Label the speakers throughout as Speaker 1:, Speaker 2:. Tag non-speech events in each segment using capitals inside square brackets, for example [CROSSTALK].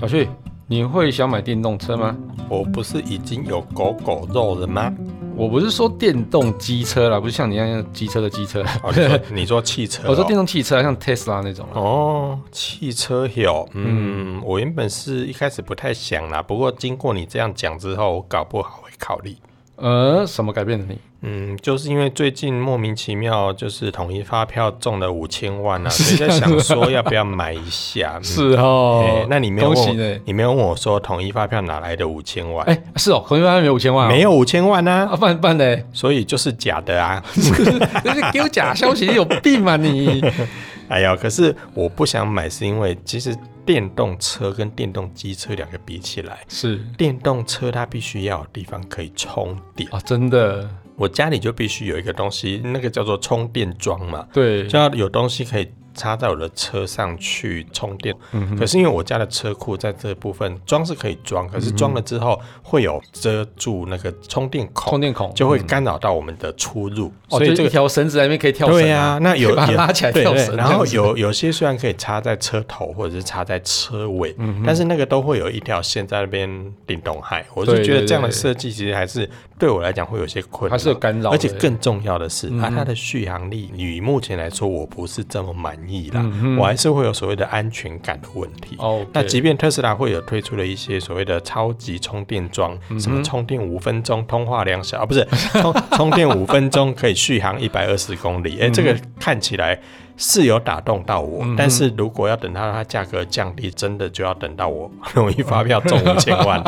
Speaker 1: 小旭，你会想买电动车吗？
Speaker 2: 我不是已经有狗狗肉
Speaker 1: [LAUGHS]
Speaker 2: 了吗？
Speaker 1: 我不是说电动机车啦，不是像你一样机车的机车，
Speaker 2: 哦，你说你说汽车哦、
Speaker 1: 我说电动汽车啊，像 Tesla 那种啊。
Speaker 2: 哦，汽车有，嗯，我原本是一开始不太想啦，不过经过你这样讲之后，我搞不好会考虑。
Speaker 1: 呃，什么改变了你？
Speaker 2: 嗯，就是因为最近莫名其妙就是统一发票中了五千
Speaker 1: [LAUGHS]
Speaker 2: 万啊，所以在想说要不要买一下。嗯哎
Speaker 1: 哦
Speaker 2: 那你没有
Speaker 1: 恭
Speaker 2: 问
Speaker 1: 喜
Speaker 2: 我
Speaker 1: 呢。
Speaker 2: 你没有问我说统一发票哪来的五千万？
Speaker 1: 哎、是哦，红一发没有五千万、
Speaker 2: 没有五千万啊，
Speaker 1: 啊，不然不然嘞，
Speaker 2: 所以就是假的啊。
Speaker 1: [LAUGHS] 这是给我假消息，你有病吗你？
Speaker 2: [LAUGHS] 哎呀，可是我不想买，是因为其实电动车跟电动机车两个比起来，
Speaker 1: 是
Speaker 2: 电动车它必须要有地方可以充电。
Speaker 1: 啊，真的，
Speaker 2: 我家里就必须有一个东西，那个叫做充电桩嘛，
Speaker 1: 对
Speaker 2: 就，要有东西可以插在我的车上去充电。
Speaker 1: 嗯哼嗯
Speaker 2: 可是因为我家的车库在这部分装是可以装，可是装了之后会有遮住那个充电
Speaker 1: 充
Speaker 2: 孔，
Speaker 1: 电孔
Speaker 2: 就会
Speaker 1: 嗯
Speaker 2: 干扰到我们的出入，
Speaker 1: 哦，
Speaker 2: 所以这
Speaker 1: 就一
Speaker 2: 个。
Speaker 1: 条绳子在那边可以跳绳、
Speaker 2: 对呀、那有
Speaker 1: 可以 [LAUGHS] 把它
Speaker 2: 有
Speaker 1: 拉起来
Speaker 2: 对
Speaker 1: 跳
Speaker 2: 对
Speaker 1: 绳，
Speaker 2: 然后
Speaker 1: 这样子
Speaker 2: 有有些虽然可以插在车头或者是插在车尾，
Speaker 1: 嗯
Speaker 2: 但是那个都会有一条线在那边叮咚嗨。我
Speaker 1: 对
Speaker 2: 是觉
Speaker 1: 对
Speaker 2: 得这样的
Speaker 1: 对
Speaker 2: 设计其实还是对我来讲会有些困
Speaker 1: 还
Speaker 2: 难，
Speaker 1: 是有干扰的，嗯
Speaker 2: 而且更重要的是，啊，它的续航力，以目前来说，我不是这么满意啦，
Speaker 1: 嗯
Speaker 2: 我还是会有所谓的安全感的问题。
Speaker 1: 哦，
Speaker 2: 那即便特斯拉会有推出了一些所谓的超级充电桩，什么充电五分钟、通话两小啊，不是 [LAUGHS] 充充电五分钟可以续航一百二十公里，哎、这个看起来是有打动到我，但是如果要等到它价格降低，真的就要等到我容易发票中五千 [LAUGHS] 万。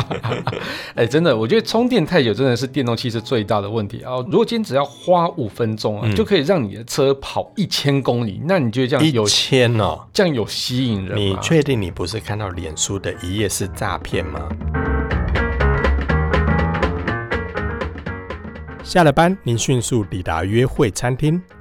Speaker 1: 哎、真的，我觉得充电太久真的是电动汽车最大的问题啊！如果今天只要花五分钟啊，就可以让你的车跑一千公里，那你觉得这样
Speaker 2: 一
Speaker 1: 有
Speaker 2: 千哦，
Speaker 1: 这样有吸引人
Speaker 2: 你
Speaker 1: 吗？
Speaker 2: 确定你不是看到脸书的一页是诈骗吗？下了班，您迅速抵达约会餐厅，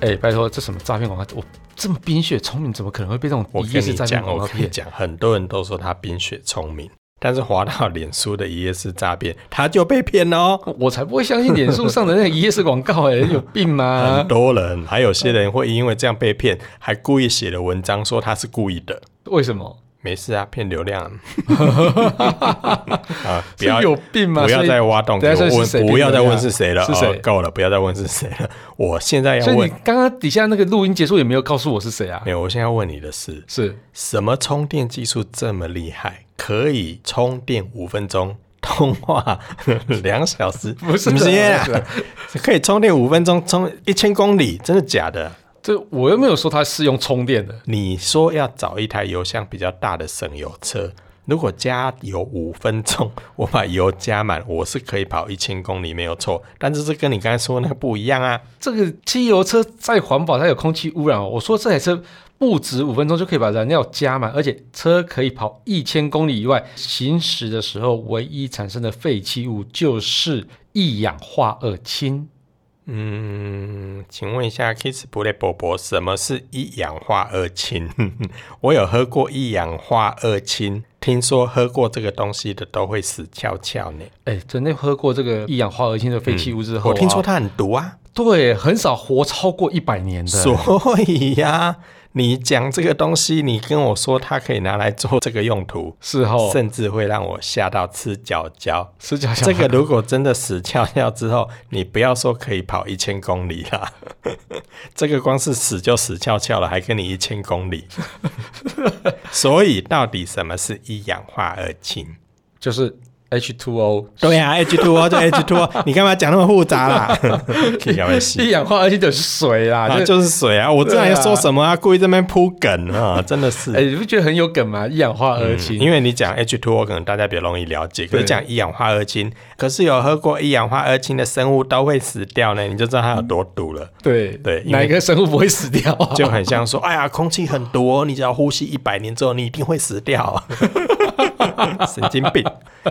Speaker 1: 哎、拜托，这什么诈骗广告？我这么冰雪聪明，怎么可能会被这种
Speaker 2: 我
Speaker 1: 一
Speaker 2: 跟
Speaker 1: 夜
Speaker 2: 你
Speaker 1: 式诈骗
Speaker 2: 讲，
Speaker 1: 广告
Speaker 2: 我跟你
Speaker 1: 骗？
Speaker 2: 讲，很多人都说他冰雪聪明，但是滑到脸书的一页是诈骗，他就被骗了哦。
Speaker 1: 我才不会相信脸书上的那个一夜式广告、哎，有病吗 [LAUGHS]
Speaker 2: 很？多人，还有些人会因为这样被骗，还故意写了文章说他是故意的。
Speaker 1: 为什么？
Speaker 2: 没事啊，骗
Speaker 1: [LAUGHS]
Speaker 2: 流量啊！不
Speaker 1: 是
Speaker 2: 要
Speaker 1: 有病吗？
Speaker 2: 不要
Speaker 1: 所以
Speaker 2: 再挖洞给
Speaker 1: 等一下所以
Speaker 2: 我问
Speaker 1: 是谁，
Speaker 2: 不
Speaker 1: 骗
Speaker 2: 要再
Speaker 1: 流量
Speaker 2: 问是谁了，
Speaker 1: 是谁
Speaker 2: 哦够了，不要再问是谁了。我现在要
Speaker 1: 所以
Speaker 2: 问
Speaker 1: 你，刚刚底下那个录音结束也没有告诉我是谁啊
Speaker 2: 没？有，哎我现在要问你的是，
Speaker 1: 是
Speaker 2: 什么充电技术这么厉害，可以充电五分钟？通话 [LAUGHS] 两小时，
Speaker 1: 不是
Speaker 2: 什么时间
Speaker 1: 不是
Speaker 2: 啊？ [LAUGHS] 可以充电五分钟，充一千公里，真的假的？
Speaker 1: [LAUGHS] 这我又没有说它是用充电的，
Speaker 2: 你说要找一台油箱比较大的省油车，如果加油五分钟，我把油加满，我是可以跑一千公里没有错。但是这跟你刚才说的那个不一样啊。
Speaker 1: 这个汽油车再环保，它有空气污染哦。我说这台车不止五分钟就可以把燃料加满，而且车可以跑一千公里以外，行驶的时候唯一产生的废弃物就是一氧化二氢。
Speaker 2: 嗯，请问一下，Kiss Play 伯伯，什么是一氧化二氢？ [LAUGHS] 我有喝过一氧化二氢，听说喝过这个东西的都会死翘翘呢。
Speaker 1: 哎，真的喝过这个一氧化二氢的废弃物之后、
Speaker 2: 嗯我听说，它很毒啊，
Speaker 1: 对，很少活超过一百年的。
Speaker 2: 所以呀、你讲这个东西，你跟我说它可以拿来做这个用途，
Speaker 1: 事后
Speaker 2: 甚至会让我吓到吃脚脚。
Speaker 1: 死角小
Speaker 2: 这个如果真的死翘翘之后，你不要说可以跑一千公里啦， [LAUGHS] 这个光是死就死翘翘了，还跟你一千公里。 [LAUGHS] 所以到底什么是一氧化二氢？
Speaker 1: 就是 H2O
Speaker 2: 对呀、h 2 o 就 H [LAUGHS] 2 o 你干嘛讲那么复杂啊 [LAUGHS] 啦？可以搞微
Speaker 1: 一
Speaker 2: [LAUGHS] 信。
Speaker 1: 氧化二氢就是水啦，
Speaker 2: 啊，
Speaker 1: 就
Speaker 2: 就是水啊！我知道你
Speaker 1: 对啊
Speaker 2: 要说什么啊，故意在那边铺梗啊，真的是。嗯
Speaker 1: 哎、你不觉得很有梗吗？一氧化二氢、
Speaker 2: 因为你讲 H2O 可能大家比较容易了解，可是
Speaker 1: 对
Speaker 2: 讲一氧化二氢，可是有喝过一氧化二氢的生物都会死掉呢，你就知道它有多毒了。
Speaker 1: 对
Speaker 2: 对因为
Speaker 1: 哪一个生物不会死掉啊？
Speaker 2: 就很像说，哎呀，空气很毒哦，你只要呼吸一百年之后，你一定会死掉。 [LAUGHS] 神经病！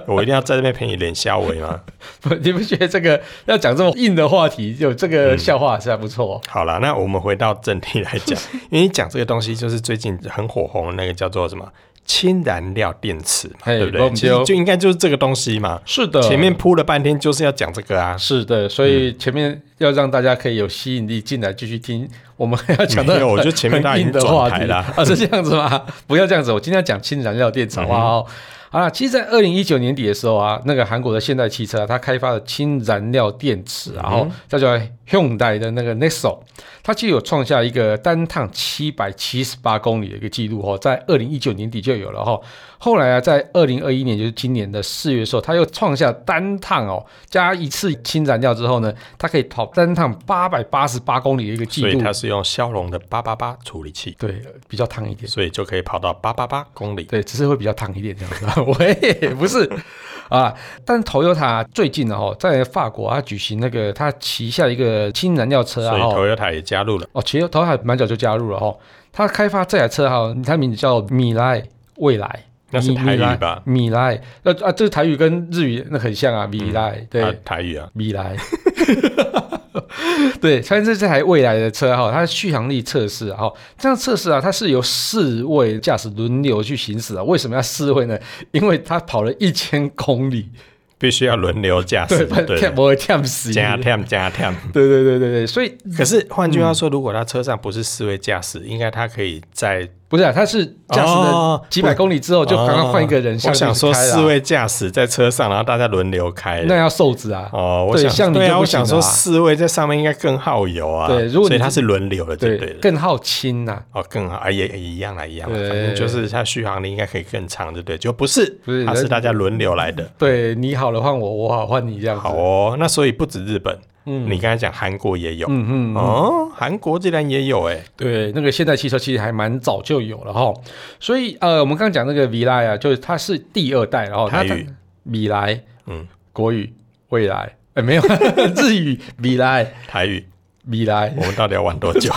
Speaker 2: 我一定要在这边陪你脸消委吗？
Speaker 1: 不， [LAUGHS] 你不觉得这个要讲这么硬的话题，有这
Speaker 2: 嗯
Speaker 1: 个笑话实在不错、哦
Speaker 2: 好啦，那我们回到正题来
Speaker 1: [LAUGHS]
Speaker 2: 讲，因为你讲这个东西就是最近很火红的那个叫做什么氢燃料电池嘛，
Speaker 1: 嘿
Speaker 2: 对不
Speaker 1: 我
Speaker 2: 对？
Speaker 1: 们
Speaker 2: 其
Speaker 1: 就
Speaker 2: 实就应该就是这个东西嘛。
Speaker 1: 是的
Speaker 2: 前面铺了半天就是要讲这个啊。
Speaker 1: 是的，所以前面要让大家可以有吸引力进来继续听，我们还要讲
Speaker 2: 没
Speaker 1: 到
Speaker 2: 有我觉得前面大家
Speaker 1: 很
Speaker 2: 已
Speaker 1: 硬
Speaker 2: 经
Speaker 1: 的话
Speaker 2: 转台
Speaker 1: 题
Speaker 2: 啦
Speaker 1: 啊，是这样子吗？不要这样子，我今天要讲氢燃料电池
Speaker 2: 嗯
Speaker 1: 好不好？啊，其实，在二零一九年底的时候啊，那个韩国的现代汽车啊，它开发了氢燃料电池，
Speaker 2: 嗯
Speaker 1: 然后再叫 Hyundai 的那个 Nexo，它其实有创下一个单趟七百七十八公里的一个记录哦，在二零一九年底就有了哈、哦。后来啊，在二零二一年，就是今年的四月的时候，它又创下单趟哦，加一次氢燃料之后呢，它可以跑单趟八百八十八公里的一个记
Speaker 2: 所以
Speaker 1: 录
Speaker 2: 它。是用骁龙的八八八处理器，
Speaker 1: 对，比较烫一点。
Speaker 2: 所以就可以跑到八八八公里。
Speaker 1: 对，只是会比较烫一点这样子。 [LAUGHS] 我也不是啊，但 Toyota 最近呢哦，在法国啊举行那个它旗下一个氢燃料车啊
Speaker 2: 所以
Speaker 1: 哦
Speaker 2: Toyota 也加入了。
Speaker 1: 哦，其实 Toyota 蛮早就加入了哦，它开发这台车哈，它名字叫米莱未来。
Speaker 2: 那是
Speaker 1: 米
Speaker 2: 台语
Speaker 1: 米莱
Speaker 2: 吧
Speaker 1: 米莱，那啊，这个台语跟日语那很像啊，米莱，对，
Speaker 2: 啊台语啊，
Speaker 1: 米莱。对，穿这这台未来的车哈，它的续航力测试哈，这样测试啊，它是由四位驾驶轮流去行驶啊。为什么要四位呢？因为它跑了一千公里，
Speaker 2: 必须要轮流驾驶，
Speaker 1: 对，不然
Speaker 2: 对
Speaker 1: 跳不会跳死。
Speaker 2: 加
Speaker 1: 对
Speaker 2: temp 加 temp。
Speaker 1: 对对对对，所以
Speaker 2: 可是换句话说，如果他车上不是四位驾驶，应该他可以在
Speaker 1: 不是、啊，它是驾驶了
Speaker 2: 哦
Speaker 1: 几百公里之后，就刚刚换一个人
Speaker 2: 哦
Speaker 1: 下
Speaker 2: 我
Speaker 1: 去开
Speaker 2: 想说
Speaker 1: 了啊
Speaker 2: 四位驾驶在车上，然后大家轮流开。
Speaker 1: 那要瘦子啊。
Speaker 2: 哦，我
Speaker 1: 对
Speaker 2: 想
Speaker 1: 像你
Speaker 2: 对
Speaker 1: 就
Speaker 2: 啊，
Speaker 1: 不
Speaker 2: 我
Speaker 1: 行
Speaker 2: 想
Speaker 1: 了
Speaker 2: 说
Speaker 1: 啊
Speaker 2: 四位在上面应该更耗油啊。
Speaker 1: 对如果
Speaker 2: 所以
Speaker 1: 你
Speaker 2: 他是轮流的，就对了。
Speaker 1: 更好轻呐、
Speaker 2: 哦，更好，啊，也也一样啦，一样啦，
Speaker 1: 对
Speaker 2: 反正就是它续航力应该可以更长，对不对？就不是，
Speaker 1: 不是嗯
Speaker 2: 它是大家轮流来的。
Speaker 1: 对你好了换我，我好换你这样子。
Speaker 2: 好哦，那所以不止日本，你刚才讲韩国也有，
Speaker 1: 嗯嗯嗯，
Speaker 2: 哦，韩国竟然也有哎、
Speaker 1: 对，那个现代汽车其实还蛮早就有了哈，所以呃，我们刚刚讲那个 V 来啊，就是它是第二代，然后它
Speaker 2: 台语
Speaker 1: 米来，
Speaker 2: 嗯，
Speaker 1: 国语未来，哎没有 [LAUGHS] 日语米来
Speaker 2: 台语，
Speaker 1: 米来，
Speaker 2: 我们到底要玩多久？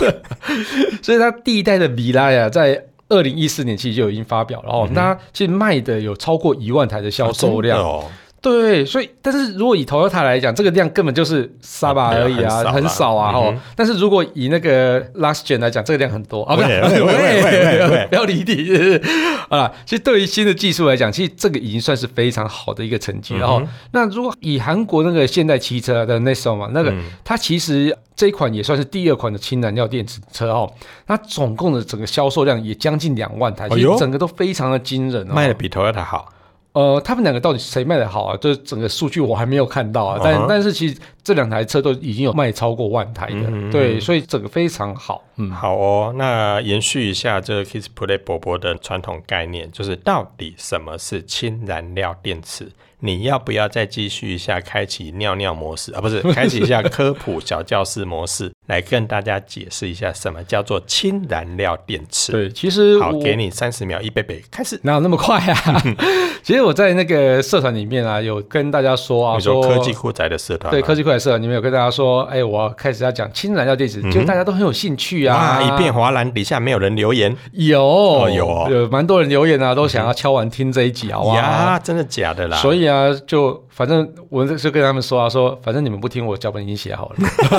Speaker 1: 所以它第一代的米拉呀，啊在二零一四年其实就已经发表了
Speaker 2: 嗯
Speaker 1: 哦，那、其实卖的有超过一万台的 [LAUGHS] 销售量，
Speaker 2: 真的 [LAUGHS] 哦，
Speaker 1: 对，所以但是如果以 Toyota 来讲，这个量根本就是沙巴而已啊，
Speaker 2: 啊对
Speaker 1: 很
Speaker 2: 啊很
Speaker 1: 少
Speaker 2: 少
Speaker 1: 啊
Speaker 2: 啦
Speaker 1: 吼。
Speaker 2: 嗯
Speaker 1: 但是如果以那个 Last Gen 来讲，这个量很多啊，不是 [LAUGHS]
Speaker 2: 喂喂喂喂喂
Speaker 1: 不要离题是不是啊。其实对于新的技术来讲，其实这个已经算是非常好的一个成绩
Speaker 2: 嗯
Speaker 1: 了哈。那如果以韩国那个现代汽车的 Nexo 嘛，那
Speaker 2: 嗯
Speaker 1: 个它其实这一款也算是第二款的氢燃料电池车哦，那总共的整个销售量也将近两万台，其
Speaker 2: 哎
Speaker 1: 实
Speaker 2: 呦
Speaker 1: 整个都非常的惊人哦。
Speaker 2: 卖的比 Toyota 好，
Speaker 1: 呃，他们两个到底谁卖的好啊？就是整个数据我还没有看到啊，但、
Speaker 2: 嗯哼
Speaker 1: 但是其实这两台车都已经有卖超过万台的，
Speaker 2: 嗯嗯嗯
Speaker 1: 对，所以整个非常好。嗯，
Speaker 2: 好哦。那延续一下这个 Kiss Play 伯伯的传统概念，就是到底什么是氢燃料电池？你要不要再继续一下开启尿尿模式啊？不是，开启一下科普小教室模式，来跟大家解释一下什么叫做氢燃料电池。
Speaker 1: 对，其实
Speaker 2: 好，
Speaker 1: 我
Speaker 2: 给你三十秒，一贝贝开始。
Speaker 1: 哪有那么快
Speaker 2: [LAUGHS]
Speaker 1: 啊？ [LAUGHS] 其实我在那个社团里面啊，有跟大家说啊，
Speaker 2: 你说科技酷宅的社团吗，
Speaker 1: 对科技快社，你们有跟大家说，哎，我开始要讲氢燃料电池，就大家都很有兴趣啊，
Speaker 2: 嗯哇，一片哗然，底下没有人留言
Speaker 1: 有、
Speaker 2: 有哦嗯
Speaker 1: 有蛮多人留言啊，都想要敲完听这一集，好不好？
Speaker 2: 呀，真的假的啦？
Speaker 1: 所以啊，就反正我就跟他们说啊，说反正你们不听，我脚本已经写好了。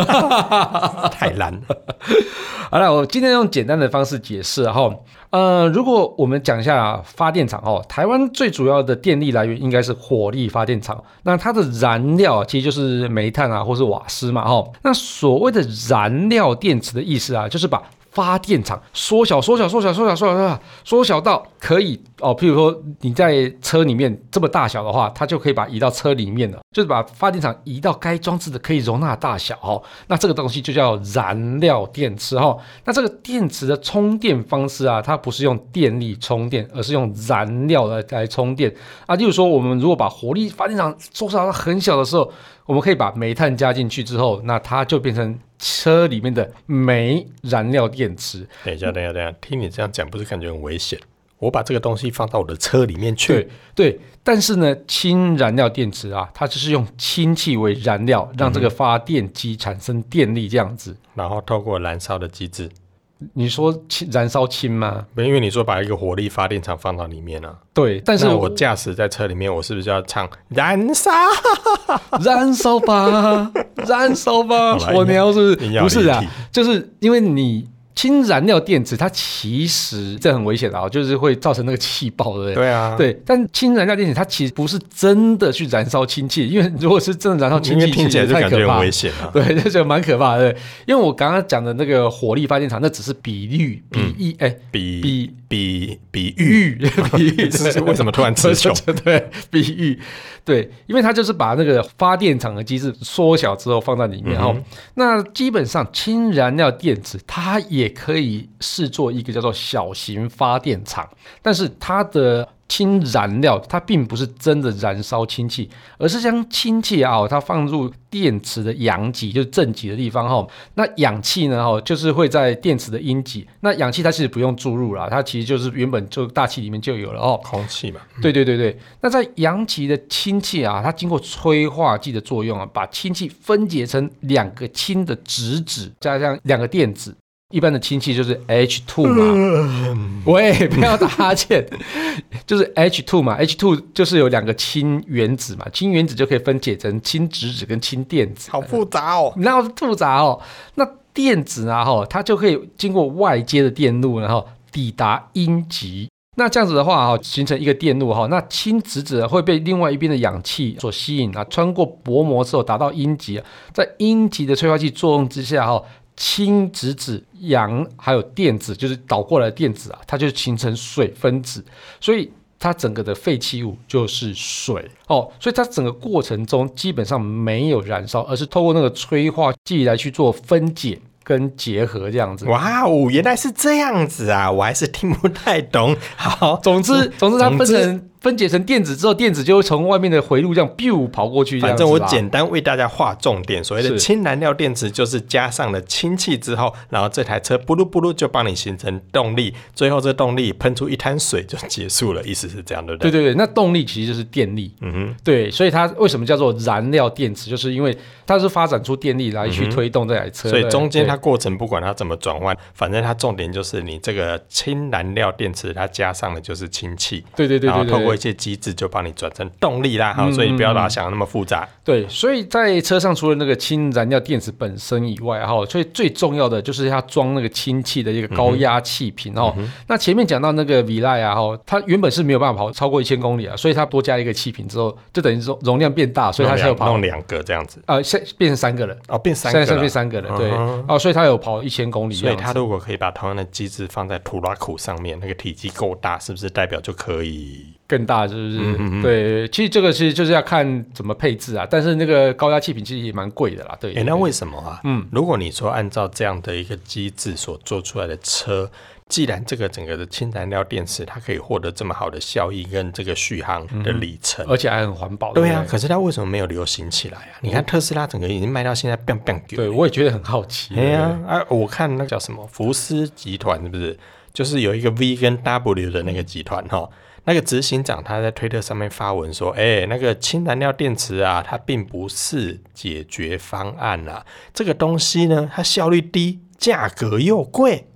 Speaker 1: [LAUGHS]
Speaker 2: 太难了。
Speaker 1: 好了，我今天用简单的方式解释哈、后呃，如果我们讲一下发电厂哦，台湾最主要的电力来源应该是火力发电厂，那它的燃料啊其实就是煤炭啊，或是瓦斯嘛哈、那所谓的燃料电池的意思啊，就是把发电厂缩小、缩小、缩小、缩小、缩小、缩小，缩小到可以哦，譬如说你在车里面这么大小的话，它就可以把它移到车里面了，就是把发电厂移到该装置的可以容纳的大小哦。那这个东西就叫燃料电池哦。那这个电池的充电方式啊，它不是用电力充电，而是用燃料来来充电啊。例如说，我们如果把火力发电厂缩小到很小的时候，我们可以把煤炭加进去之后，那它就变成车里面的煤燃料电池。
Speaker 2: 等一下，等一下，等一下，听你这样讲，不是感觉很危险？我把这个东西放到我的车里面去
Speaker 1: 对，对，但是呢，氢燃料电池啊，它就是用氢气为燃料，让这个发电机产生电力这样子。
Speaker 2: 然后透过燃烧的机制，
Speaker 1: 你说氢燃烧氢吗？
Speaker 2: 因为你说把一个火力发电厂放到里面啊，
Speaker 1: 对，但是
Speaker 2: 那我驾驶在车里面，我是不是要唱燃烧？
Speaker 1: [LAUGHS] 燃烧吧， [LAUGHS] 燃烧吧，
Speaker 2: 好啦
Speaker 1: 火苗是不
Speaker 2: 硬
Speaker 1: 是？
Speaker 2: 要
Speaker 1: 不是啊
Speaker 2: 离题，
Speaker 1: 就是因为你氢燃料电池，它其实这很危险的啊，就是会造成那个气爆，对不对？
Speaker 2: 对啊，，
Speaker 1: 对，但氢燃料电池它其实不是真的去燃烧氢气，因为如果是真的燃烧氢
Speaker 2: 因为
Speaker 1: 气，
Speaker 2: 听起来
Speaker 1: 其
Speaker 2: 就
Speaker 1: 实
Speaker 2: 感
Speaker 1: 太可
Speaker 2: 觉
Speaker 1: 怕
Speaker 2: 很
Speaker 1: 了
Speaker 2: 危险啊。
Speaker 1: [LAUGHS] 对，就觉得蛮可怕的。对因为我刚刚讲的那个火力发电厂，那只是比率、比喻，哎、
Speaker 2: 比
Speaker 1: 比
Speaker 2: 比嗯比喻，
Speaker 1: 喻、比喻，
Speaker 2: [LAUGHS] 这是为什么突然词穷？
Speaker 1: [LAUGHS] 对对，比喻，对，因为它就是把那个发电厂的机制缩小之后放在里面哦。那基本上氢燃料电池它也可以视作一个叫做小型发电厂，但是它的氢燃料它并不是真的燃烧氢气，而是将氢气啊、它放入电池的阳极，就是正极的地方哈、那氧气呢？哦，就是会在电池的阴极。那氧气它其实不用注入啦，它其实就是原本就大气里面就有了哦。
Speaker 2: 空气嘛，
Speaker 1: 对对对对，那在阳极的氢气啊，它经过催化剂的作用啊，把氢气分解成两个氢的质子，加上两个电子。一般的氢气就是 H2 嘛，喂，不要打哈欠， [LAUGHS] 就是 H2 嘛，H2 就是有两个氢原子嘛，氢原子就可以分解成氢质子跟氢电子。
Speaker 2: 好复杂哦。
Speaker 1: 那复杂哦。那电子啊，哈，它就可以经过外接的电路，然后抵达阴极。那这样子的话，哈，形成一个电路，哈，那氢质子会被另外一边的氧气所吸引啊，穿过薄膜之后达到阴极，啊在阴极的催化剂作用之下，哈。氢质子、氧还有电子，就是倒过来的电子啊，它就形成水分子，所以它整个的废弃物就是水哦，所以它整个过程中基本上没有燃烧，而是透过那个催化剂来去做分解跟结合这样子。
Speaker 2: 哇哦，原来是这样子啊！我还是听不太懂。好，
Speaker 1: 总之，总之它分
Speaker 2: 嗯总之
Speaker 1: 成分解成电子之后，电子就会从外面的回路这样 biu 跑过去这样
Speaker 2: 反
Speaker 1: 子
Speaker 2: 正
Speaker 1: 啦。
Speaker 2: 我简单为大家划重点。所谓的
Speaker 1: 是
Speaker 2: 氢燃料电池就是加上了氢气之后，然后这台车布噜布噜就帮你形成动力，最后这动力喷出一滩水就结束了，意思是这样，对不
Speaker 1: 对
Speaker 2: 对？
Speaker 1: 对对，那动力其实就是电力。
Speaker 2: 嗯哼，
Speaker 1: 对，所以它为什么叫做燃料电池，就是因为它是发展出电力来去推动这台车。
Speaker 2: 嗯所以中间
Speaker 1: 对
Speaker 2: 它过程不管它怎么转换，反正它重点就是你这个氢燃料电池它加上的就是氢气。
Speaker 1: 对对对
Speaker 2: 然后
Speaker 1: 对
Speaker 2: 透
Speaker 1: 对
Speaker 2: 过
Speaker 1: 对
Speaker 2: 一些机制就帮你转成动力啦，哈、
Speaker 1: 嗯
Speaker 2: 所以你不要把它想的那么复杂。
Speaker 1: 对，所以在车上除了那个氢燃料电池本身以外，哈，所以最重要的就是它装那个氢气的一个高压气瓶哦。
Speaker 2: 嗯
Speaker 1: 那前面讲到那个 V 赖啊，哈，它原本是没有办法跑超过一千公里啊，所以它多加一个气瓶之后，就等于容容量变大，所以它才有
Speaker 2: 弄
Speaker 1: 跑
Speaker 2: 两弄。两个这样子，
Speaker 1: 呃，现变成三个了，
Speaker 2: 哦，变三
Speaker 1: 现
Speaker 2: 个
Speaker 1: 在
Speaker 2: 了，
Speaker 1: 是变三个了，对，
Speaker 2: 嗯
Speaker 1: 哦，所以它有跑一千公里这
Speaker 2: 所以
Speaker 1: 样子，
Speaker 2: 它如果可以把同样的机制放在图拉库上面，那个体积够大，是不是代表就可以？
Speaker 1: 更大，是不是？
Speaker 2: 嗯嗯嗯
Speaker 1: 对，其实这个其实就是要看怎么配置啊，但是那个高压气瓶其实也蛮贵的啦，对。
Speaker 2: 哎、那为什么啊？
Speaker 1: 嗯，
Speaker 2: 如果你说按照这样的一个机制所做出来的车，既然这个整个的氢燃料电池它可以获得这么好的效益跟这个续航的里程，
Speaker 1: 而且还很环保，
Speaker 2: 嗯对
Speaker 1: 呀、
Speaker 2: 啊，可是它为什么没有流行起来啊？你看特斯拉整个已经卖到现在 bang bang
Speaker 1: 对对，我也觉得很好奇。
Speaker 2: 哎呀，啊，我看那叫什么福斯集团是不是？就是有一个 V 跟 W 的那个集团哈、那个执行长他在推特上面发文说，哎、那个氢燃料电池啊，它并不是解决方案啊，这个东西呢，它效率低，价格又贵。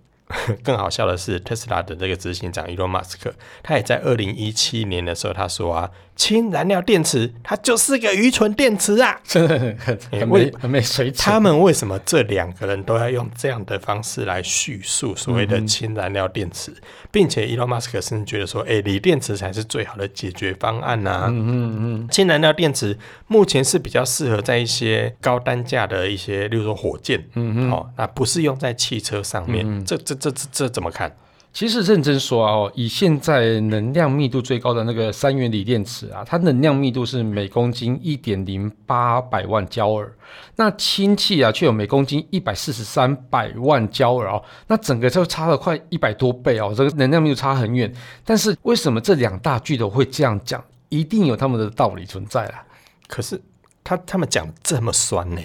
Speaker 2: [LAUGHS] 更好笑的是，特斯拉的这个执行长伊隆马斯克，他也在二零一七年的时候，他说啊，氢燃料电池它就是个愚蠢电池啊。
Speaker 1: 真的很很
Speaker 2: 哎
Speaker 1: 很没
Speaker 2: 为
Speaker 1: 很没水准。
Speaker 2: 他们为什么这两个人都要用这样的方式来叙述所谓的氢燃料电池，并且 Elon Musk 甚至觉得说，哎、锂电池才是最好的解决方案呐、啊。
Speaker 1: 嗯嗯嗯，
Speaker 2: 氢燃料电池目前是比较适合在一些高单价的一些，例如说火箭，嗯哦，那不是用在汽车上面，
Speaker 1: 嗯
Speaker 2: 这这这这这怎么看？
Speaker 1: 其实认真说啊，哦，以现在能量密度最高的那个三元锂电池啊，它能量密度是每公斤一点零八百万焦耳，那氢气啊却有每公斤一百四十三百万焦耳哦，那整个就差了快一百多倍哦，这个能量密度差很远。但是为什么这两大巨头会这样讲？啊一定有他们的道理存在啦。
Speaker 2: 可是他他们讲这么酸呢、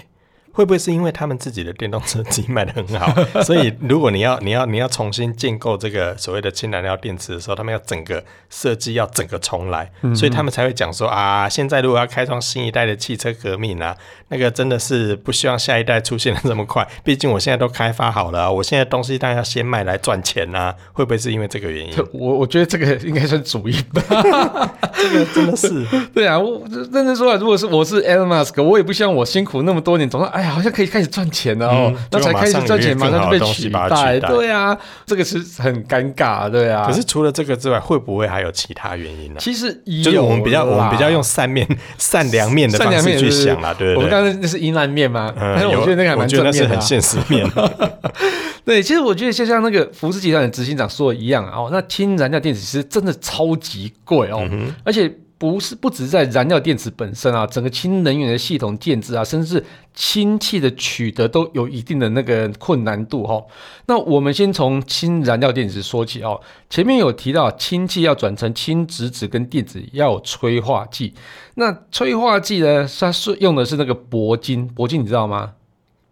Speaker 2: 会不会是因为他们自己的电动车机卖的很 [LAUGHS] 好，所以如果你要你要你要重新建构这个所谓的氢燃料电池的时候，他们要整个设计要整个重来，所以他们才会讲说啊，现在如果要开创新一代的汽车革命啊，那个真的是不希望下一代出现的这么快，毕竟我现在都开发好了啊、我现在东西当然要先卖来赚钱啊，会不会是因为这个原因？
Speaker 1: [LAUGHS] 我我觉得这个应该算主意吧。
Speaker 2: 这个 [LAUGHS] 真的是。
Speaker 1: 对啊，我认真说啊，如果是我是 Elon Musk，我也不希望我辛苦那么多年，总算哎呀，好像可以开始赚钱了哦，
Speaker 2: 嗯
Speaker 1: 那才开始赚钱，
Speaker 2: 结
Speaker 1: 马
Speaker 2: 果马
Speaker 1: 上就
Speaker 2: 上
Speaker 1: 被
Speaker 2: 有更好的
Speaker 1: 取
Speaker 2: 东西把它
Speaker 1: 代。
Speaker 2: 取代
Speaker 1: 对啊，这个是很尴尬，对啊。
Speaker 2: 可是除了这个之外，会不会还有其他原因呢、
Speaker 1: 其实也
Speaker 2: 就是我们
Speaker 1: 有
Speaker 2: 比较我们
Speaker 1: 啦
Speaker 2: 比较用善面善良面的
Speaker 1: 善
Speaker 2: 方
Speaker 1: 良面
Speaker 2: 式去
Speaker 1: 就是
Speaker 2: 想啦，对
Speaker 1: 我
Speaker 2: 不
Speaker 1: 们
Speaker 2: 对？
Speaker 1: 刚才那是阴暗面嘛，但是
Speaker 2: 有
Speaker 1: 我觉得那个还
Speaker 2: 我
Speaker 1: 蛮
Speaker 2: 觉
Speaker 1: 正
Speaker 2: 得那是
Speaker 1: 面的、
Speaker 2: 很
Speaker 1: 啊。
Speaker 2: 现实面的， [LAUGHS]
Speaker 1: 对，其实我觉得就像那个福斯集团的执行长说的一样啊哦，那氢燃料电池其实真的超级贵哦，而且。不是，不只是在燃料电池本身啊，整个氢能源的系统建制啊，甚至氢气的取得都有一定的那个困难度哈、哦。那我们先从氢燃料电池说起哦。前面有提到，氢气要转成氢质子跟电子要有催化剂。那催化剂呢，它是用的是那个铂金，铂金你知道吗？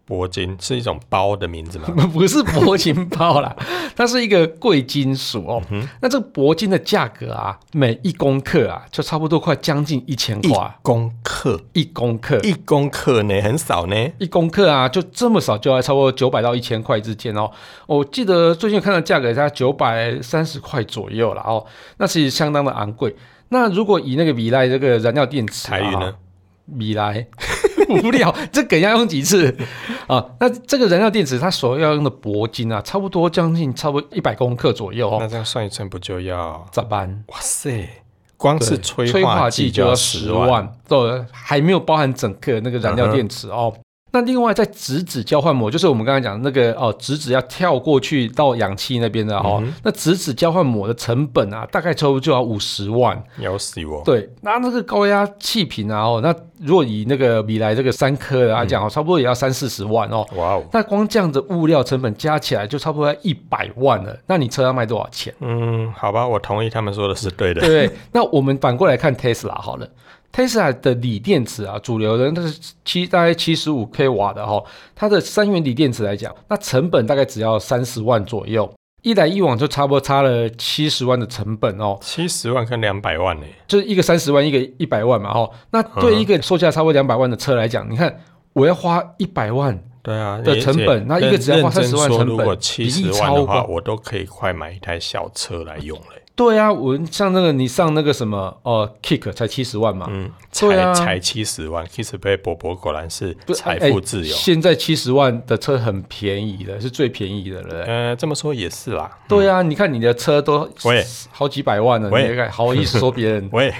Speaker 2: 铂金是一种包的名字嘛？
Speaker 1: [LAUGHS] 不是铂金包啦， [LAUGHS] 它是一个贵金属哦。
Speaker 2: 嗯
Speaker 1: 那这个铂金的价格啊，每一公克啊，就差不多快将近一千
Speaker 2: 一
Speaker 1: 块啊。
Speaker 2: 公克，
Speaker 1: 一公克，
Speaker 2: 一公克呢，很少呢。
Speaker 1: 一公克啊，就这么少，就要差不多九百到一千块之间哦。我记得最近看到价格它九百三十块左右了哦，那其实相当的昂贵。那如果以那个米莱这个燃料电池、啊，
Speaker 2: 台语呢？
Speaker 1: 米莱。 [LAUGHS] 无聊，这梗要用几次啊？那这个燃料电池它所要用的铂金啊，差不多将近差不多一百公克左右哦。
Speaker 2: 那这样算一算，不就要
Speaker 1: 咋办？
Speaker 2: 哇塞？光是
Speaker 1: 对
Speaker 2: 催化剂
Speaker 1: 就
Speaker 2: 要
Speaker 1: 十
Speaker 2: 万，
Speaker 1: 万，对，还没有包含整个那个燃料
Speaker 2: 嗯哼
Speaker 1: 电池哦。那另外在质子交换膜，就是我们刚才讲的那个哦，质子要跳过去到氧气那边的哦。
Speaker 2: 嗯
Speaker 1: 那质子交换膜的成本啊，大概差不多就要五十万。
Speaker 2: 咬死我！
Speaker 1: 对，那那个高压气瓶啊，哦，那如果以那个米莱这个三颗的来讲哦，差不多也要三四十万哦。
Speaker 2: 哇哦，
Speaker 1: 那光这样的物料成本加起来就差不多要一百万了，那你车要卖多少钱？
Speaker 2: 嗯，好吧，我同意他们说的是对的。
Speaker 1: 对，那我们反过来看 Tesla 好了，Tesla 的锂电池啊，主流的那是七大概七十五 k 瓦的哈、它的三元锂电池来讲，那成本大概只要三十万左右，一来一往就差不多差了七十万的成本哦，
Speaker 2: 七十万跟两百万呢、
Speaker 1: 就是一个三十万，一个一百万嘛哦，那对一个售价差不多两百万的车来讲，你看我要花一百万，
Speaker 2: 对啊，
Speaker 1: 的
Speaker 2: 你
Speaker 1: 成
Speaker 2: 而且
Speaker 1: 本那一个
Speaker 2: 认
Speaker 1: 只要花
Speaker 2: 认
Speaker 1: 30
Speaker 2: 真
Speaker 1: 万
Speaker 2: 说
Speaker 1: 成
Speaker 2: 如
Speaker 1: 本
Speaker 2: 果
Speaker 1: 比
Speaker 2: 七
Speaker 1: 例
Speaker 2: 十万
Speaker 1: 超
Speaker 2: 的话，
Speaker 1: 高
Speaker 2: 我都可以快买一台小车来用了、
Speaker 1: 对啊，我像那个你上那个什么呃 Kick 才七十万嘛，
Speaker 2: 嗯，
Speaker 1: 对
Speaker 2: 才、
Speaker 1: 啊
Speaker 2: 才七十万，Kiss 贝伯伯果然是
Speaker 1: 不是
Speaker 2: 财
Speaker 1: 哎
Speaker 2: 富自由。
Speaker 1: 现在七十万的车很便宜的，是最便宜的了。对不对
Speaker 2: 呃，这么说也是啦。
Speaker 1: 对啊，你看你的车都
Speaker 2: 喂
Speaker 1: 好几百万了，
Speaker 2: 喂？
Speaker 1: 你还好意思说别人
Speaker 2: [LAUGHS] 喂，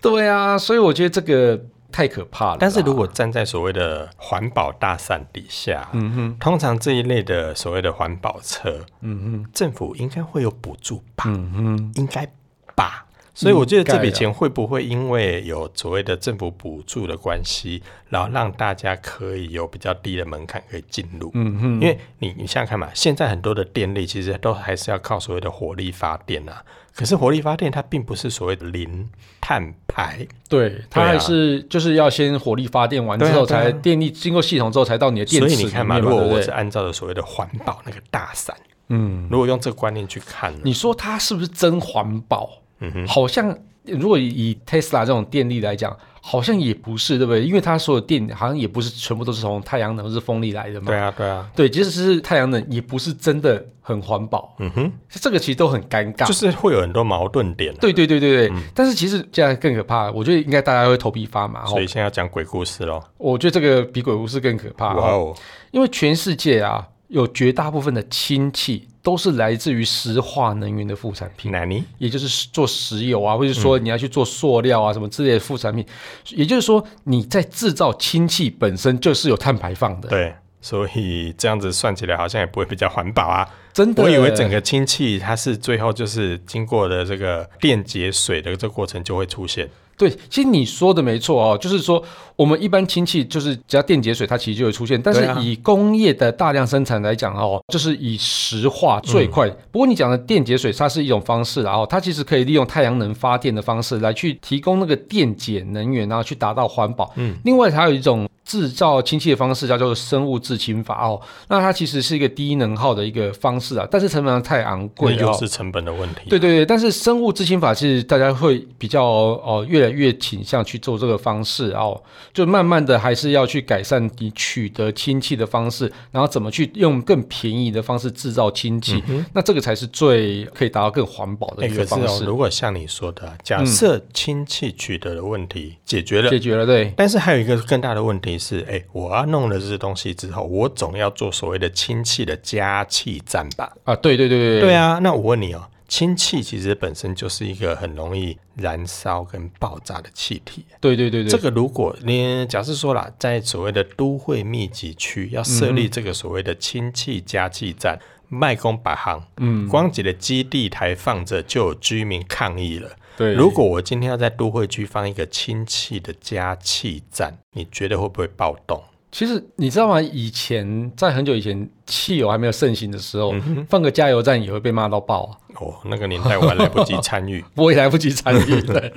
Speaker 1: 对啊，所以我觉得这个太可怕了啦。
Speaker 2: 但是如果站在所谓的环保大伞底下，嗯哼，通常这一类的所谓的环保车，嗯哼，政府应该会有补助吧？
Speaker 1: 嗯哼，
Speaker 2: 应该吧。所以我觉得这
Speaker 1: 应
Speaker 2: 笔
Speaker 1: 该啊
Speaker 2: 钱会不会因为有所谓的政府补助的关系，然后让大家可以有比较低的门槛可以进入？
Speaker 1: 嗯哼，
Speaker 2: 因为你你想想看嘛，现在很多的电力其实都还是要靠所谓的火力发电啊。可是火力发电它并不是所谓的零碳排，
Speaker 1: 对，它
Speaker 2: 对啊
Speaker 1: 还是就是要先火力发电完之
Speaker 2: 对啊
Speaker 1: 后，
Speaker 2: 对啊
Speaker 1: 才电力经过系统之后才到你的电
Speaker 2: 所
Speaker 1: 池
Speaker 2: 以
Speaker 1: 里
Speaker 2: 你
Speaker 1: 面
Speaker 2: 看
Speaker 1: 嘛，
Speaker 2: 嘛，
Speaker 1: 对
Speaker 2: 如果我
Speaker 1: 不
Speaker 2: 是
Speaker 1: 对？
Speaker 2: 按照的所谓的环保那个大伞，
Speaker 1: 嗯，
Speaker 2: 如果用这个观念去看呢，
Speaker 1: 你说它是不是真环保？
Speaker 2: 嗯哼，
Speaker 1: 好像如果以 Tesla 这种电力来讲，好像也不是，对不对？因为它所有电好像也不是全部都是从太阳能或是风力来的嘛。
Speaker 2: 对啊，对啊，
Speaker 1: 对，即使是太阳能，也不是真的很环保。
Speaker 2: 嗯哼，
Speaker 1: 这个其实都很尴尬。
Speaker 2: 就是会有很多矛盾点啊。
Speaker 1: 对对对对对，但是其实现在更可怕，我觉得应该大家会头皮发麻哦
Speaker 2: 所。以现在要讲鬼故事喽。
Speaker 1: 我觉得这个比鬼屋是更可怕、哦，
Speaker 2: 哇哦，
Speaker 1: 因为全世界啊，有绝大部分的氢气都是来自于石化能源的副产品。
Speaker 2: 纳尼？
Speaker 1: 也就是做石油啊，或者说
Speaker 2: 嗯
Speaker 1: 你要去做塑料啊、什么之类的副产品，也就是说你在制造氢气本身就是有碳排放的，
Speaker 2: 对，所以这样子算起来好像也不会比较环保啊。
Speaker 1: 真的。
Speaker 2: 我以为整个氢气它是最后就是经过的这个电解水的这个过程就会出现。
Speaker 1: 对，其实你说的没错哦，就是说我们一般氢气就是只要电解水，它其实就会出现，但是
Speaker 2: 对啊
Speaker 1: 以工业的大量生产来讲哦，就是以石化
Speaker 2: 嗯
Speaker 1: 最快。不过你讲的电解水，它是一种方式啦，然后它其实可以利用太阳能啊发电的方式来去提供那个电解能源，然后去达到环保。嗯，另外还有一种制造氢气的方式叫做生物制氢法哦。那它其实是一个低能耗的一个方式啊，但是成本太昂
Speaker 2: 那
Speaker 1: 贵了、
Speaker 2: 又
Speaker 1: 哦。
Speaker 2: 是成本的问题。
Speaker 1: 对对对，但是生物制氢法是大家会比较哦，越来越倾向去做这个方式哦，就慢慢的还是要去改善你取得氢气的方式，然后怎么去用更便宜的方式制造氢气，那这个才是最可以达到更环保的
Speaker 2: 嗯哎、
Speaker 1: 一个
Speaker 2: 可是
Speaker 1: 方
Speaker 2: 哦，
Speaker 1: 式。嗯
Speaker 2: 如果像你说的啊，假设氢气取得的问题解决了，
Speaker 1: 解决了对，
Speaker 2: 但是还有一个更大的问题是，哎、我要弄了这东西之后，我总要做所谓的氢气的加气站吧？
Speaker 1: 啊，对对对对
Speaker 2: 对啊，那我问你哦，氢气其实本身就是一个很容易燃烧跟爆炸的气体。
Speaker 1: 对对对对，
Speaker 2: 这个如果你假设说啦，在所谓的都会密集区要设
Speaker 1: 嗯
Speaker 2: 立这个所谓的氢气加气站，卖公百行，嗯，光几的基地台放着就有居民抗议了。
Speaker 1: 对
Speaker 2: 如果我今天要在都会区放一个氢气的加气站，你觉得会不会暴动？
Speaker 1: 其实你知道吗？以前在很久以前，汽油还没有盛行的时
Speaker 2: 嗯
Speaker 1: 候，放个加油站也会被骂到爆啊！
Speaker 2: 哦，那个年代我还来不及参与
Speaker 1: 我也来不及参与
Speaker 2: [LAUGHS]
Speaker 1: 对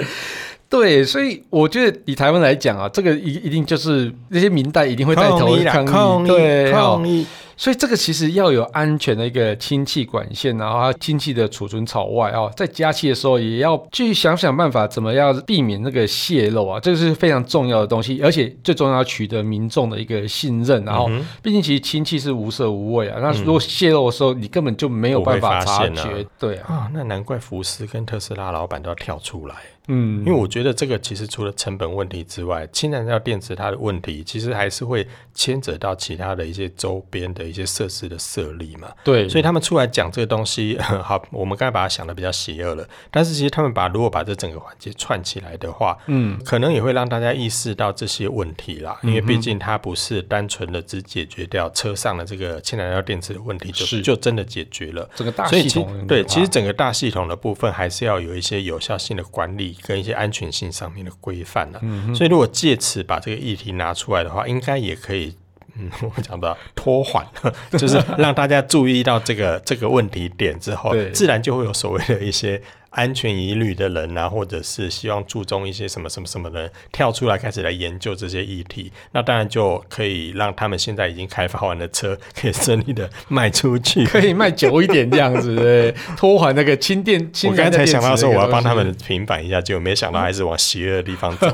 Speaker 1: 对，所以我觉得以台湾来讲啊，这个一一定就是那些明代一定 [LAUGHS] 会带头
Speaker 2: 抗议啦，
Speaker 1: 抗
Speaker 2: 抗
Speaker 1: 议，
Speaker 2: 议，
Speaker 1: 对，哦
Speaker 2: 抗议，
Speaker 1: 所以这个其实要有安全的一个氢气管线，然后还有氢气的储存槽外哦，在加气的时候也要去想想办法，怎么样避免那个泄漏啊，这个是非常重要的东西，而且最重要要取得民众的一个信任，然
Speaker 2: 嗯
Speaker 1: 后毕竟其实氢气是无色无味啊，那如果泄漏的时候，你根本就没有办法
Speaker 2: 不会发
Speaker 1: 察
Speaker 2: 现啊
Speaker 1: 觉，对啊，
Speaker 2: 啊、那难怪福斯跟特斯拉老板都要跳出来，
Speaker 1: 嗯
Speaker 2: 因为我觉得这个其实除了成本问题之外，氢燃料电池它的问题，其实还是会牵扯到其他的一些周边的一些设施的设立嘛。
Speaker 1: 对，
Speaker 2: 所以他们出来讲这个东西， [LAUGHS] 好，我们刚才把它想的比较邪恶了，但是其实他们把如果把这整个环节串起来的话，
Speaker 1: 嗯，
Speaker 2: 可能也会让大家意识到这些问题啦，因为毕竟它不是单纯的只解决掉车上的这个氢燃料电池的问题，就是就真的解决了。
Speaker 1: 整个大
Speaker 2: 所以
Speaker 1: 系
Speaker 2: 其
Speaker 1: 统
Speaker 2: 对，其实整个大系统的部分还是要有一些有效性的管理跟一些安全性上面的规范了、
Speaker 1: 嗯
Speaker 2: 所以如果借此把这个议题拿出来的话，应该也可以。嗯， [LAUGHS] 我讲的拖缓，就是让大家注意到这个这个问题点之后
Speaker 1: 对，
Speaker 2: 自然就会有所谓的一些安全疑虑的人啊，或者是希望注重一些什么什么什么的人跳出来开始来研究这些议题。那当然就可以让他们现在已经开发完的车可以顺利的卖出去，
Speaker 1: 可以卖久一点这样子，对，拖缓那个氢
Speaker 2: [LAUGHS]
Speaker 1: 电，氢
Speaker 2: 我刚
Speaker 1: 燃料电
Speaker 2: 才
Speaker 1: 池
Speaker 2: 想到说
Speaker 1: 的
Speaker 2: 我
Speaker 1: 一个
Speaker 2: 要帮
Speaker 1: 东西
Speaker 2: 他们平反一下，结果没想到还是往邪恶的地方走。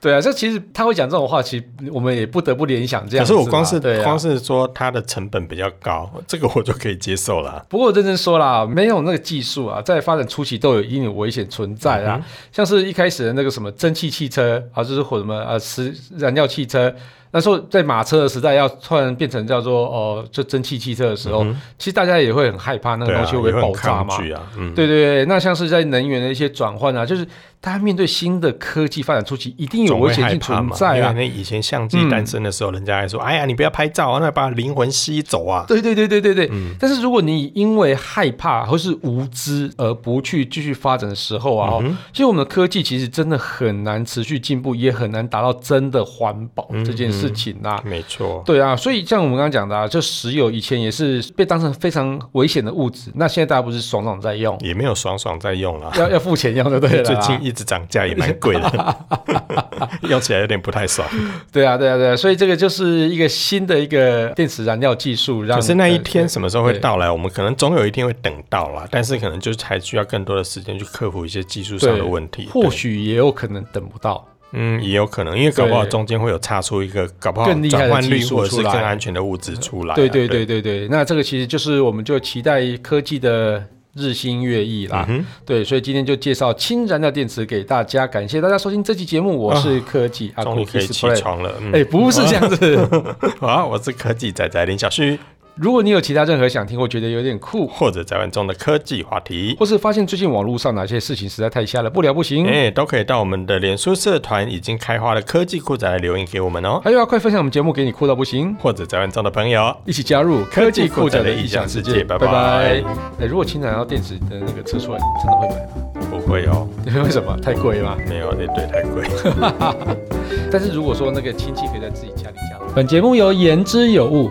Speaker 1: 对啊，这其实他会讲这种话，其实我们也不得不联想这
Speaker 2: 可
Speaker 1: 样
Speaker 2: 是
Speaker 1: 子嘛。
Speaker 2: 我光是
Speaker 1: 对啊
Speaker 2: 光是说它的成本比较高，这个我就可以接受了。啊
Speaker 1: 不过认真说啦，没有那个技术啊，在发展初期都有一定的危险存在
Speaker 2: 嗯
Speaker 1: 啦。像是一开始的那个什么蒸汽汽车啊，就是或什么呃石燃料汽车，那时候在马车的时代要突然变成叫做哦、呃就蒸汽汽车的时候，
Speaker 2: 嗯
Speaker 1: 其实大家也会很害怕那个
Speaker 2: 对啊，
Speaker 1: 东西会
Speaker 2: 也
Speaker 1: 不会
Speaker 2: 很
Speaker 1: 爆炸
Speaker 2: 抗
Speaker 1: 嘛。
Speaker 2: 拒啊，嗯，
Speaker 1: 对对对，那像是在能源的一些转换啊，就是大家面对新的科技发展初期，一定有
Speaker 2: 总
Speaker 1: 危
Speaker 2: 会
Speaker 1: 险
Speaker 2: 害
Speaker 1: 性
Speaker 2: 怕
Speaker 1: 存
Speaker 2: 嘛。
Speaker 1: 在
Speaker 2: 因为
Speaker 1: 啊。
Speaker 2: 那以前相机诞生的时候，人家还说：“哎呀，你不要拍照啊，那把灵魂吸走啊。
Speaker 1: 对对对对对对。
Speaker 2: 嗯
Speaker 1: 但是如果你因为害怕或是无知而不去继续发展的时候啊，
Speaker 2: 嗯
Speaker 1: 哦，其实我们的科技其实真的很难持续进步，也很难达到真的环保
Speaker 2: 嗯
Speaker 1: 这件事情啊。”
Speaker 2: 没错，
Speaker 1: 对啊，所以像我们刚刚讲的啊，就石油以前也是被当成非常危险的物质，那现在大家不是爽爽在用，
Speaker 2: 也没有爽爽在用了。
Speaker 1: 要要付钱用就对了
Speaker 2: 嗯 [LAUGHS] 最
Speaker 1: 啦。
Speaker 2: 近一直涨价，也蛮贵的， [LAUGHS] 用起来有点不太爽。
Speaker 1: 对啊，对啊，对啊，所以这个就是一个新的一个电池燃料技术，让
Speaker 2: 可是那一
Speaker 1: 呃
Speaker 2: 天什么时候会
Speaker 1: 对
Speaker 2: 到来？我们可能总有一天会等到啦，但是可能就是还需要更多的时间去克服一些技术上
Speaker 1: 对
Speaker 2: 的问题。
Speaker 1: 呃或
Speaker 2: 对
Speaker 1: 许也有可能等不到。
Speaker 2: 嗯，也有可能，因为搞不好
Speaker 1: 对
Speaker 2: 中间会有差出一个搞不好
Speaker 1: 更厉害的
Speaker 2: 转换
Speaker 1: 技
Speaker 2: 率
Speaker 1: 术
Speaker 2: 或者
Speaker 1: 出
Speaker 2: 是
Speaker 1: 来
Speaker 2: 更安全的物质出来啊。
Speaker 1: 对对对对对，那这个其实就是我们就期待科技的日新月异啦。
Speaker 2: 嗯哼
Speaker 1: 对，所以今天就介绍氢燃料电池给大家，感谢大家收听这期节目，我是科技阿
Speaker 2: 啊终
Speaker 1: 酷
Speaker 2: 于可以
Speaker 1: Kiss
Speaker 2: 起
Speaker 1: Play。
Speaker 2: 床了。嗯，
Speaker 1: 啊哎，不是这样
Speaker 2: [LAUGHS]
Speaker 1: 子。
Speaker 2: 好，我是科技仔仔林小旭，
Speaker 1: 如果你有其他任何想听或觉得有点酷，
Speaker 2: 或者宅文中的科技话题。
Speaker 1: 或是发现最近网络上哪些事情实在太瞎了，不聊不行。
Speaker 2: 哎、都可以到我们的脸书社团已经开花的科技酷仔来留言给我们哦，
Speaker 1: 还有啊，快分享我们节目给你酷到不行。
Speaker 2: 或者宅文中的朋友，
Speaker 1: 一起加入科技酷宅的异想世界，拜
Speaker 2: 拜
Speaker 1: 拜。
Speaker 2: 拜
Speaker 1: 哎，如果氢燃料电池的那个车出来，你真的会买吗？
Speaker 2: 不会哦，
Speaker 1: 因为为什么？太贵了吗？ [LAUGHS]
Speaker 2: 没有，那对太贵。
Speaker 1: 但是如果说那个氢气可以在自己家里加入，本节目由言之有物、